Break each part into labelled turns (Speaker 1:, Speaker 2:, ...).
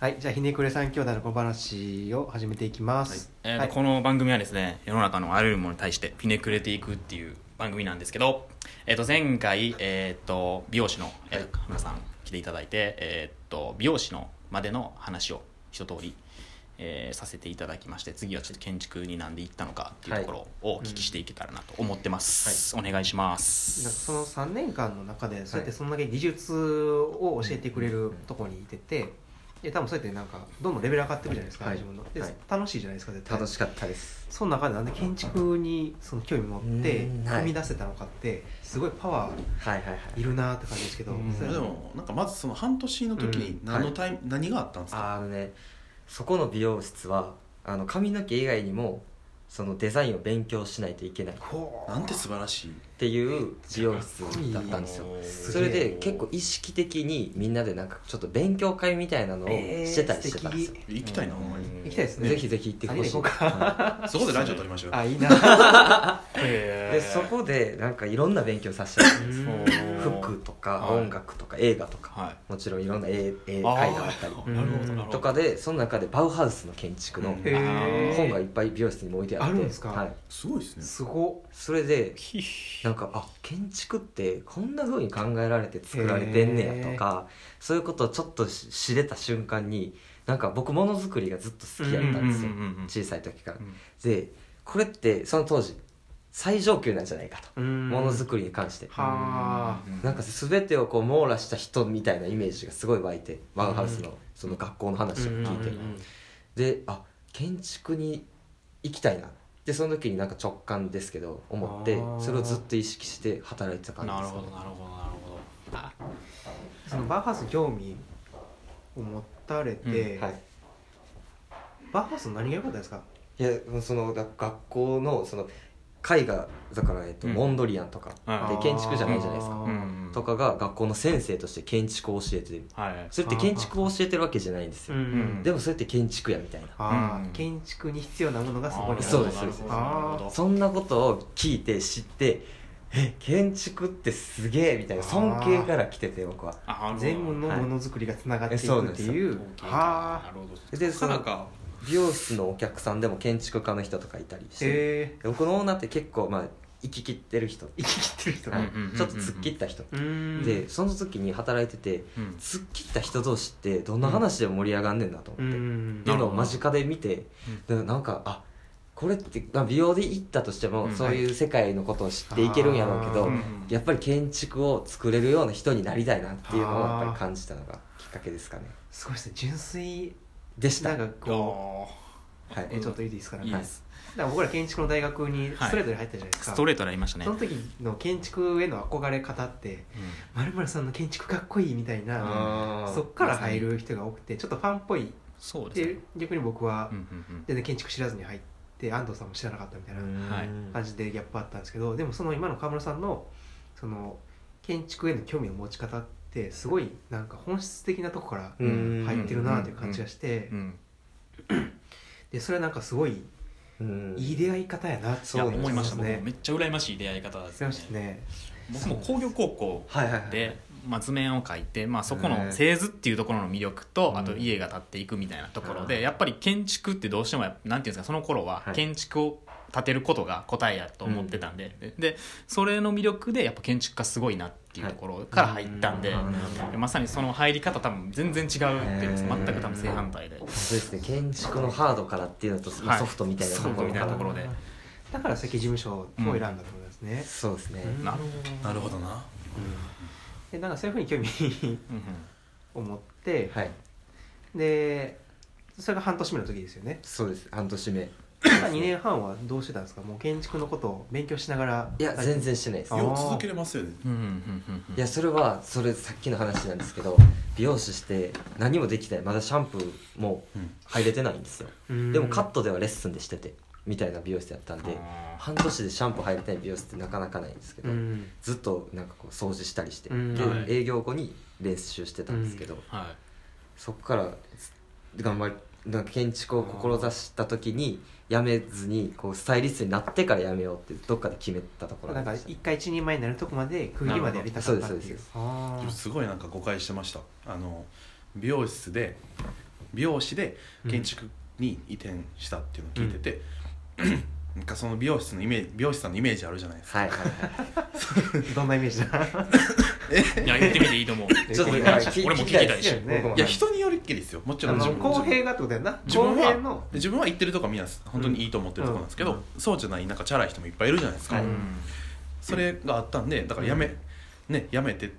Speaker 1: はい、じゃあひねくれ三兄弟の小話を始めていきます。
Speaker 2: えー
Speaker 1: はい、
Speaker 2: この番組はですね世の中のあらゆるものに対してひねくれていくっていう番組なんですけど、えー、と前回、えー、と美容師の、えー、と河村さん来ていただいて、えー、と美容師のまでの話を一通り、えーさせていただきまして次はちょっと建築になんで行ったのかっていうところをお聞きしていけたらなと思ってます、お願いしま
Speaker 1: なんか
Speaker 2: す
Speaker 1: その3年間の中でそうやってそんだけ技術を教えてくれるところにいててで多分そうやってなんかどんどんレベル上がっていくじゃないですか、
Speaker 3: はい
Speaker 1: 自分ので、
Speaker 3: はい
Speaker 1: 楽しいじゃないですか絶対
Speaker 3: 楽しかったです
Speaker 1: その中でなんで建築にその興味持って
Speaker 3: うんはい
Speaker 1: 踏み出せたのかってすごいパワ
Speaker 3: はいはいはい
Speaker 1: ーいるなって感じですけど、
Speaker 2: うん
Speaker 1: それ
Speaker 4: でもなんかまずその半年の時に
Speaker 1: う
Speaker 4: 何のタイ、何があったんですか
Speaker 3: あのねそこの美容室はあの髪の毛以外にもそのデザインを勉強しないといけないっ
Speaker 1: ほう
Speaker 4: なんて素晴らしい
Speaker 3: ていう美容室だったんですよそれで結構意識的にみんなでなんかちょっと勉強会みたいなのを
Speaker 1: えー
Speaker 3: してたりしてたんですよ
Speaker 1: 素、
Speaker 4: 行きたいなほんまに
Speaker 1: 行きたいですね
Speaker 3: ぜひぜひ行ってほしい
Speaker 1: あ行こうか
Speaker 3: は
Speaker 4: そこでラジオ撮りましょうよ
Speaker 1: あいい な
Speaker 3: い
Speaker 2: へー
Speaker 3: でそこでなんかいろんな勉強させてもらって
Speaker 1: うん
Speaker 3: 服とか
Speaker 2: はい
Speaker 3: 音楽とか映画とか
Speaker 2: は
Speaker 3: もちろんいろんな絵絵絵
Speaker 2: い
Speaker 3: 画だったり
Speaker 2: あーなるほどなるほど
Speaker 3: とかでその中でバウハウスの建築の
Speaker 2: うん
Speaker 1: へー
Speaker 3: 本がいっぱい美容室にも置いてあって
Speaker 1: あるんですか
Speaker 3: はい、
Speaker 4: すごいですね
Speaker 1: すご
Speaker 3: それで
Speaker 2: ひっ
Speaker 3: なんかあ建築ってこんな風に考えられて作られてんねやとかそういうことをちょっとし知れた瞬間になんか僕ものづくりがずっと好きやったんですよ
Speaker 2: うんうんうんうん
Speaker 3: 小さい時から
Speaker 2: うん。
Speaker 3: でこれってその当時最上級なんじゃないかとものづ
Speaker 1: く
Speaker 3: くりに関して
Speaker 1: はあ
Speaker 3: なんか全てをこう網羅した人みたいなイメージがすごい湧いてワンハウスのその学校の話を聞いて
Speaker 1: うんうんうん
Speaker 3: であ建築に行きたいなでその時になんか直感ですけど思っ
Speaker 1: あ
Speaker 3: て
Speaker 1: ー
Speaker 3: それをずっと意識して働いてた感じ
Speaker 2: な
Speaker 3: で
Speaker 2: る
Speaker 3: す
Speaker 2: ほ
Speaker 3: か
Speaker 2: ど
Speaker 3: ね
Speaker 2: なるほどなるほどあ
Speaker 1: そのバーハウスに興味を持たれて、
Speaker 2: う
Speaker 3: はい
Speaker 1: バーハウスの何が良かったですか
Speaker 3: いやそのだ学校のその絵画だから、えっと
Speaker 2: うん
Speaker 3: モンドリアンとか
Speaker 2: は
Speaker 3: で建築じゃないじゃないです
Speaker 1: あ
Speaker 3: か
Speaker 1: ー
Speaker 2: うん
Speaker 3: とかが学校の先生として建築を教えてる
Speaker 2: はい
Speaker 3: それって建築を教えてるわけじゃないんですよ
Speaker 2: ん
Speaker 3: でもそれって建築やみたいな
Speaker 1: あー
Speaker 2: うん
Speaker 1: 建築に必要なものがそこに
Speaker 3: ー
Speaker 1: ある
Speaker 3: そうですそうです
Speaker 2: なるほど
Speaker 3: そんなことを聞いて知ってえ建築ってすげえみたいな尊敬から来てて僕は
Speaker 2: あなるほど
Speaker 1: 全部のものづくりがつながっていくっていう,、
Speaker 2: な
Speaker 1: はあ
Speaker 2: るほど
Speaker 3: で
Speaker 4: そ
Speaker 3: そ
Speaker 4: な
Speaker 3: の
Speaker 4: んか
Speaker 3: 美容室のお客さんでも建築家の人とかいたりして、
Speaker 1: え
Speaker 3: で僕のオーナーって結構まあ行き切ってる人、
Speaker 1: ー、生き切ってる人
Speaker 3: は
Speaker 1: が
Speaker 3: い
Speaker 2: うんうんうんうん
Speaker 3: ちょっと突っ切った人、
Speaker 1: うん
Speaker 3: でその時に働いてて
Speaker 2: うん
Speaker 3: 突っ切った人同士ってどんな話でも盛り上がんねんなと思
Speaker 1: う
Speaker 3: って、
Speaker 1: ん
Speaker 3: っていうのを間近で見て、でなんかあこれって、まあ、美容で行ったとしても、
Speaker 2: うん
Speaker 3: そういう世界のことを知っていけるんやろうけど、
Speaker 1: はい
Speaker 2: うん
Speaker 3: やっぱり建築を作れるような人になりたいなっていうのをやっぱり感じたのがきっかけですかね
Speaker 1: すごいですね純粋
Speaker 3: でした
Speaker 1: なんかこ
Speaker 2: お
Speaker 3: は
Speaker 1: う
Speaker 3: い
Speaker 1: えちょっといいですから
Speaker 2: ーいい
Speaker 1: ね、
Speaker 2: で
Speaker 1: だ
Speaker 2: す
Speaker 1: から僕ら建築の大学に
Speaker 2: はい
Speaker 1: ストレートで入ったじゃないですか、
Speaker 2: ストレートでありましたね
Speaker 1: その時の建築への憧れ方ってまるさんの建築かっこいいみたいな
Speaker 3: あー
Speaker 1: そっから入る人が多くてちょっとファンっぽい
Speaker 2: そうですね
Speaker 1: で逆に僕は
Speaker 2: うんうん
Speaker 1: 全然建築知らずに入って安藤さんも知らなかったみたいな
Speaker 2: はい
Speaker 1: 感じでギャップあったんですけどでもその今の河村さんのその建築への興味の持ち方ってすごいなんか本質的なとこから
Speaker 3: うん
Speaker 1: 入ってるなという感じがして
Speaker 2: うんうん
Speaker 1: でそれはなんかすごい
Speaker 3: うん
Speaker 1: いい出会い方やなって
Speaker 2: いや
Speaker 3: そう
Speaker 2: 思いました僕も
Speaker 1: ね
Speaker 2: めっちゃ羨ましい出会い方で
Speaker 1: そうです
Speaker 2: すね
Speaker 1: ね
Speaker 2: 僕も工業高校
Speaker 3: はいはいはい
Speaker 2: で、まあ、図面を描いて、まあ、そこの製図っていうところの魅力と
Speaker 3: うん
Speaker 2: あと家が建っていくみたいなところ
Speaker 3: う
Speaker 2: で
Speaker 3: ん
Speaker 2: やっぱり建築ってどうしてもやなんていうんですかその頃は
Speaker 3: はい
Speaker 2: 建築を建てることが答えやと思ってたんで、でそれの魅力でやっぱ建築家すごいなっていうところから入ったんで、
Speaker 3: うんうん
Speaker 2: まさにその入り方多分全然違うっていうんです
Speaker 3: へー
Speaker 2: 全く多分正反対で、
Speaker 3: そうですね建築のハードからっていうのと、ま
Speaker 2: は
Speaker 3: あ
Speaker 2: い
Speaker 3: ソフトみたいなと
Speaker 2: ソフ
Speaker 3: こ
Speaker 2: ト
Speaker 3: ろ
Speaker 2: みた
Speaker 3: か
Speaker 2: いな
Speaker 3: ら
Speaker 2: ところで
Speaker 1: だから設計事務所を選んだと思いますね
Speaker 3: そうですね、
Speaker 1: うん
Speaker 2: なる
Speaker 4: なるほどな
Speaker 1: でなんかそういうふうに興味
Speaker 2: うんうん
Speaker 1: を持って
Speaker 3: はい
Speaker 1: でそれが半年目の時ですよね
Speaker 3: そうです半年目
Speaker 1: 2年半はどうしてたんですかもう建築のことを勉強しながら
Speaker 3: いや全然してないです
Speaker 1: あ
Speaker 4: よう続けれますよね
Speaker 2: うんうんうんうん
Speaker 3: いやそれはそれさっきの話なんですけど美容師して何もできてないまだシャンプーも
Speaker 4: うん
Speaker 3: 入れてないんですよ、
Speaker 1: うん
Speaker 3: でもカットではレッスンでしててみたいな美容室やったんで半年でシャンプー入れてない美容室ってなかなかないんですけど、
Speaker 1: うん
Speaker 3: ずっとなんかこう掃除したりして、
Speaker 1: うん
Speaker 3: で
Speaker 2: はい
Speaker 3: 営業後に練習してたんですけど、
Speaker 2: はい
Speaker 3: そこから頑張りなんか建築を志した時に辞めずにこうスタイリストになってから辞めようってどっかで決めたところ
Speaker 1: なんか
Speaker 3: でした
Speaker 1: 一回一人前になるとこまで区切りまでやりたかったって
Speaker 3: なるほどそ
Speaker 1: い
Speaker 3: うで
Speaker 1: う
Speaker 3: す
Speaker 1: あ
Speaker 4: すごいなんか誤解してましたあの美容室で美容師で建築に移転したっていうのを聞いてて、 なんかその美容室のイメージ美容師さんのイメージあるじゃないですか、
Speaker 3: はいはいは
Speaker 1: どんなイメージだ
Speaker 2: いや言ってみていいと思う
Speaker 3: い。ちょっと
Speaker 1: 俺
Speaker 3: ね
Speaker 1: も
Speaker 2: 俺も聞きたいし
Speaker 3: 聞き僕も
Speaker 4: いや人によりっきりですよもち
Speaker 1: あ
Speaker 4: ろん
Speaker 1: の
Speaker 4: 自分
Speaker 1: 公平がってことやな
Speaker 4: 自
Speaker 1: 公
Speaker 4: 分
Speaker 1: 平
Speaker 4: は
Speaker 1: の
Speaker 4: 自分は行ってるとこはみんな本当にいいと思ってるとこなんですけど、
Speaker 1: うん
Speaker 4: そうじゃないなんかチャラい人もいっぱいいるじゃないです か、
Speaker 3: はい
Speaker 4: それがあったんでだからやめ、ねやめて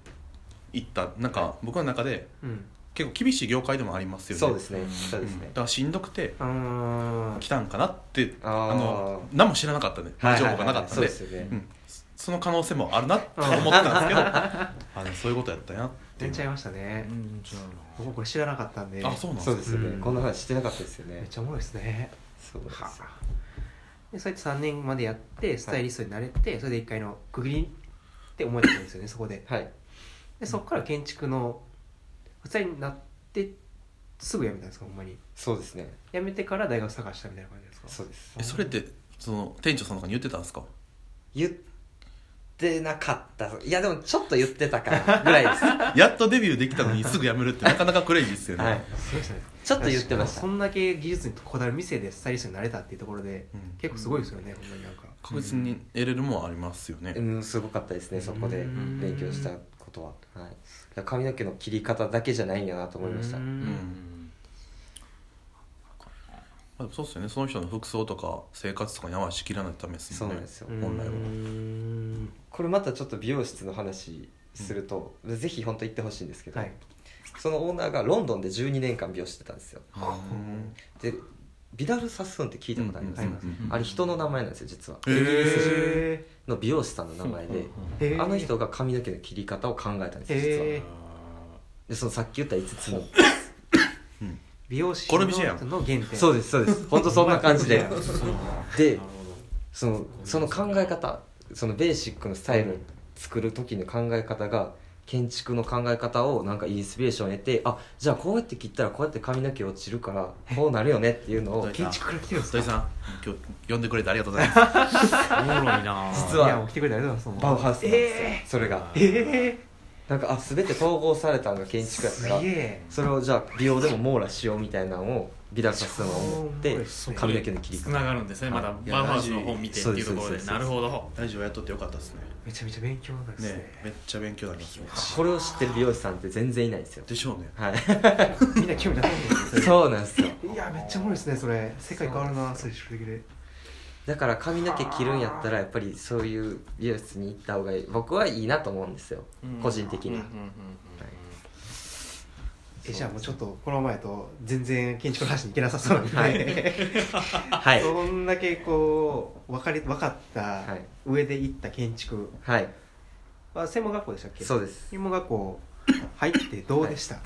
Speaker 4: 行ったなんか僕の中で
Speaker 1: うん
Speaker 4: 結構厳しい業界でもありますよね
Speaker 3: そうです
Speaker 2: う
Speaker 3: ね
Speaker 2: ん。
Speaker 3: そうです
Speaker 4: だ
Speaker 3: ね。
Speaker 4: からしんどくて
Speaker 1: あ
Speaker 4: 来たんかなって
Speaker 3: あー
Speaker 4: あの何も知らなかったんで
Speaker 3: はい
Speaker 4: 情
Speaker 3: はい
Speaker 4: 報がなかったん
Speaker 3: そう
Speaker 4: で
Speaker 3: ですよね
Speaker 4: う。んその可能性もあるなって思ったんですけどあでもそういうことやったんやって
Speaker 1: 出
Speaker 4: いう
Speaker 1: ちゃいましたね僕これ知らなかったんで
Speaker 4: あそうなんです
Speaker 3: そう
Speaker 4: か
Speaker 3: ですよ
Speaker 1: う
Speaker 3: ね
Speaker 1: ん。
Speaker 3: こんな話してなかったですよ
Speaker 1: めっ
Speaker 3: ね。
Speaker 1: ちゃおもろいですね
Speaker 3: そうです
Speaker 1: はあでそうやって3年までやってスタイリストになれて、それで一回の区切りって思えてたんですよねそこで
Speaker 3: はい。
Speaker 1: でそこから建築の普通になってすぐ辞めたんですかほんまに
Speaker 3: そうですね。
Speaker 1: 辞めてから大学探したみたいな感じですか
Speaker 3: そうです。
Speaker 4: えそれってその店長さんとかに言ってたんですか
Speaker 3: 言ってなかった。いやでもちょっと言ってたからぐらいです。
Speaker 4: やっとデビューできたのにすぐ辞めるってなかなかクレイジーですよね、
Speaker 3: はい。
Speaker 1: そうでしたね
Speaker 3: ちょっと言ってました
Speaker 1: そんだけ技術にこだわる店でスタイリストになれたっていうところで
Speaker 4: うん
Speaker 1: 結構すごいですよね、ほんまになんか
Speaker 4: 確実に得れるもんありますよね、
Speaker 3: うん、すごかったですね、そこで
Speaker 1: うん
Speaker 3: 勉強したことは。はい、いや髪の毛の切り方だけじゃないんやなと思いました。
Speaker 1: う
Speaker 4: うん
Speaker 1: ん
Speaker 4: まあ、でもそうっすよねその人の服装とか生活とかに合わせきらないとダメです
Speaker 3: そう
Speaker 4: も
Speaker 3: んなん
Speaker 4: ね
Speaker 3: ですよ。
Speaker 4: 本来は
Speaker 1: うん
Speaker 3: これまたちょっと美容室の話すると、ぜひ本当行ってほしいんですけど、
Speaker 1: はい
Speaker 3: そのオーナーがロンドンで12年間美容師してたんですよ。
Speaker 4: うん
Speaker 3: で、ビダル・サスーンって聞いたことあります、
Speaker 1: うんうん
Speaker 3: あれ人の名前なんですよ、実は。
Speaker 4: へえ
Speaker 1: へ
Speaker 3: の美容師さんの名前で、
Speaker 1: えへえ
Speaker 3: あの人が髪の毛の切り方を考えたんですよ、実は。
Speaker 1: へえ
Speaker 3: で、そのさっき言った5つの。
Speaker 1: 美容師
Speaker 4: コルビュジエやん
Speaker 1: の人の原点
Speaker 3: そうです、そうです。本当そんな感 じで。 で
Speaker 2: なるほど
Speaker 3: そのその考え方そのベーシックのスタイルを作る時の考え方が建築の考え方をなんかインスピレーション得てあじゃあこうやって切ったらこうやって髪の毛落ちるからこうなるよねっていうのを
Speaker 1: 建築から来てるんです
Speaker 4: 土井
Speaker 1: か
Speaker 4: さん今日呼んでくれてありがとうございます
Speaker 2: おもろいなぁ
Speaker 3: 実はい
Speaker 1: やもう来てくれてありがとうございます
Speaker 3: バウハウスなんですよ、
Speaker 1: え
Speaker 3: それが
Speaker 1: ー、え
Speaker 3: なんかあ全て統合されたのが建
Speaker 1: ー、
Speaker 3: 築や
Speaker 1: す
Speaker 3: から
Speaker 1: げえ
Speaker 3: それをじゃあ美容でも網羅しようみたいなのをビダルサスンは思って
Speaker 2: そう
Speaker 3: 髪の毛の切り
Speaker 2: つ
Speaker 3: 方
Speaker 2: ながるんですねまだ
Speaker 4: いや
Speaker 2: バウハウスの本見てっていうところ
Speaker 3: そうで
Speaker 2: ですなるほど
Speaker 4: ラジオやっとってよかったですね
Speaker 1: めちゃめちゃ勉強なんですね
Speaker 4: ねめっちゃ勉強になりますね
Speaker 3: これを知ってる美容師さんって全然いないんですよ
Speaker 4: でしょうね
Speaker 3: はい
Speaker 1: みんな興味ないもんね
Speaker 3: そうなんですよ
Speaker 1: ういやめっちゃおもろいですねそれ世界変わるなそういう宿敵で
Speaker 3: だから髪の毛切るんやったらやっぱりそういう美容室に行った方がいい僕はいいなと思うんですよ、
Speaker 2: うん
Speaker 3: 個人的
Speaker 2: うん
Speaker 3: に、
Speaker 2: うんうん
Speaker 1: えじゃあもうちょっとこの前と全然建築の話に行けなさそうなんで、
Speaker 3: は い
Speaker 1: そんだけこう分かり分かった
Speaker 3: はい
Speaker 1: 上で行った建築
Speaker 3: はい
Speaker 1: は専門学校でしたっけ
Speaker 3: そう
Speaker 1: う
Speaker 3: です
Speaker 1: 専門学校入ってどうでした、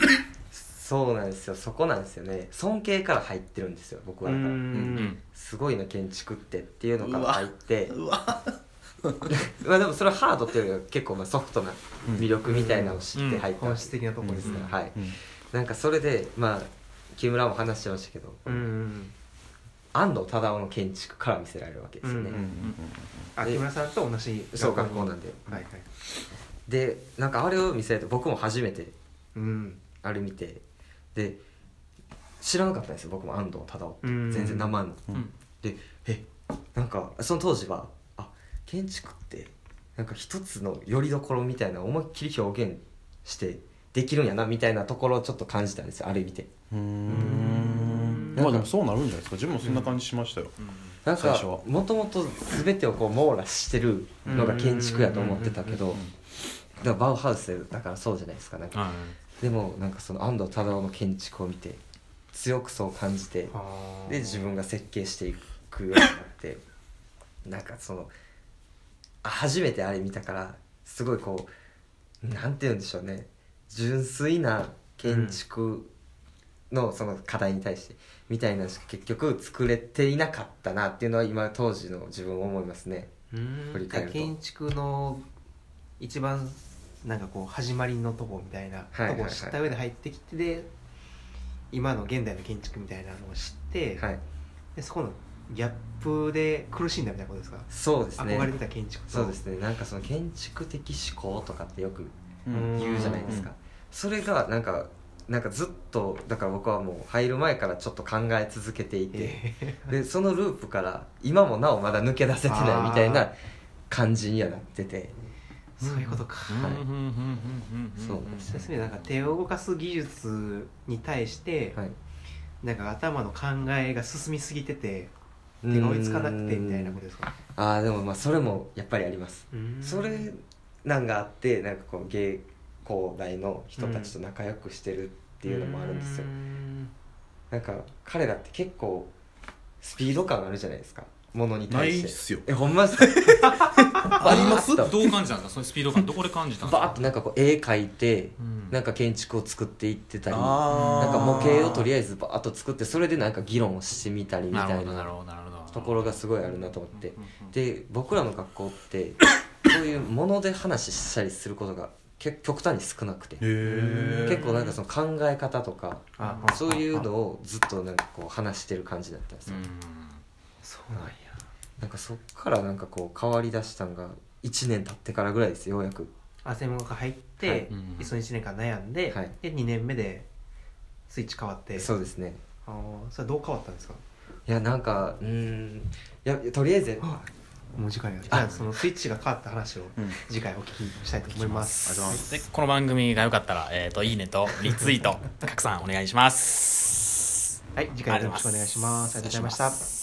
Speaker 3: そうなんですよそこなんですよね尊敬から入ってるんですよ僕は
Speaker 1: う
Speaker 3: だ
Speaker 1: ー
Speaker 3: から
Speaker 2: うんうんん
Speaker 3: すごいな建築ってっていうのか
Speaker 4: う
Speaker 3: ら
Speaker 4: わ
Speaker 3: 入って
Speaker 4: うわ
Speaker 3: まあでもそれはハードっていうよりは結構まあソフトな魅力みたいなのを知って入ったん
Speaker 1: 本
Speaker 3: で
Speaker 1: 質
Speaker 3: すか
Speaker 1: 的なところですからら、
Speaker 3: はいなんかそれでまあ木村も話してましたけど、
Speaker 1: うんうん
Speaker 3: 安藤忠雄の建築から見せられるわけですよね、
Speaker 1: うん
Speaker 4: うん
Speaker 1: あ木村さんと同じ
Speaker 3: そう学
Speaker 1: 校
Speaker 3: 校なんで
Speaker 1: はいはい
Speaker 3: でなんかあれを見せられて僕も初めて
Speaker 1: うん
Speaker 3: あれ見てで知らなかったんですよ僕も安藤忠雄って
Speaker 1: うん
Speaker 3: 全然名前も
Speaker 2: うんうん
Speaker 3: でえなんかその当時はあ建築ってなんか一つのよりどころみたいな思いっきり表現してできるんやなみたいなところをちょっと感じたんですよあれ見て
Speaker 4: う
Speaker 1: ん
Speaker 4: んまあでもそうなるんじゃないですか自分もそんな感じしましたよ
Speaker 3: なん
Speaker 4: 最
Speaker 3: か
Speaker 4: 初は
Speaker 3: もともと全てをこう網羅してるのが建築やと思ってたけどだからバウハウスだからそうじゃないですかなんか
Speaker 2: はい
Speaker 3: でもなんかその安藤忠雄の建築を見て強くそう感じて
Speaker 1: あー
Speaker 3: で自分が設計していくようになって なんかそのあ初めてあれ見たからすごいこうなんて言うんでしょうね純粋な建築のその課題に対してみたいなのしか結局作れていなかったなっていうのは今当時の自分を思いますね
Speaker 1: うん
Speaker 3: 振り返ると
Speaker 1: 建築の一番なんかこう始まりのとこみたいな
Speaker 3: はいはいは
Speaker 1: と
Speaker 3: い
Speaker 1: こを知った上で入ってきてで今の現代の建築みたいなのを知って、
Speaker 3: はい
Speaker 1: でそこのギャップで苦しんだみたいなことですか
Speaker 3: そうですね
Speaker 1: 憧れてた建築と
Speaker 3: そうですねなんかその建築的思考とかってよく
Speaker 4: うん
Speaker 1: うん
Speaker 3: 言うじゃないですか、それがなんかなんかずっとだから僕はもう入る前からちょっと考え続けていて、 でそのループから今もなおまだ抜け出せてないみたいな感じにはなってて
Speaker 1: そういうことか、
Speaker 3: はい
Speaker 2: うんうんうんうん
Speaker 3: そうなん
Speaker 1: そうですねなんか手を動かす技術に対して、
Speaker 3: はい
Speaker 1: なんか頭の考えが進みすぎてて手が追いつかなくてみたいなことですか
Speaker 3: うんああでもまあそれもやっぱりあります
Speaker 1: うん
Speaker 3: それなんがあってなんかこう芸工大の人たちと仲良くしてるっていうのもあるんですよ、
Speaker 1: うん
Speaker 3: なんか彼らって結構スピード感あるじゃないですかものに
Speaker 4: ない
Speaker 3: 対
Speaker 4: っ
Speaker 3: して
Speaker 4: すよ
Speaker 3: えほんまっすか
Speaker 2: あります
Speaker 3: バーッと
Speaker 2: どう感じたんですかそのスピード感どこで感じたんです
Speaker 3: バー
Speaker 2: か
Speaker 3: ッとなんかこう絵描いて
Speaker 2: うん
Speaker 3: なんか建築を作っていってたりな
Speaker 4: あー
Speaker 3: んか模型をとりあえずバーッと作ってそれでなんか議論をしてみたりみ
Speaker 2: なる
Speaker 3: た
Speaker 2: ほ
Speaker 3: い
Speaker 2: どなる
Speaker 3: な
Speaker 2: ほどなるほど
Speaker 3: ところがすごいあるなと思って
Speaker 2: うんうんうん
Speaker 3: で僕らの学校って そういうもので話したりすることが結極端に少なくて
Speaker 4: へえ
Speaker 3: 結構なんかその考え方とか
Speaker 1: あ
Speaker 3: そういうのをずっとなんかこう話してる感じだったんです
Speaker 2: う
Speaker 3: よ、
Speaker 2: ん
Speaker 1: そうなんや
Speaker 3: なんかそっからなんかこう変わりだしたんが1年経ってからぐらいですようやく
Speaker 1: あ専門家入って、
Speaker 3: はい
Speaker 2: うん
Speaker 1: その1年間悩んで、
Speaker 3: はい
Speaker 1: で2年目でスイッチ変わって
Speaker 3: そうですね
Speaker 1: あーそれどう変わったんですか
Speaker 3: いやなんかうーんいやとりあえず
Speaker 1: もう時間やじゃあそのスイッチが変わった話を
Speaker 4: うん
Speaker 1: 次回お聞きしたいと思います、
Speaker 4: ありがとうございます
Speaker 2: でこの番組が良かったら、えー、といいねとリツイート拡散お願いします
Speaker 1: はい次回もよろしくお願いしますありがとうございました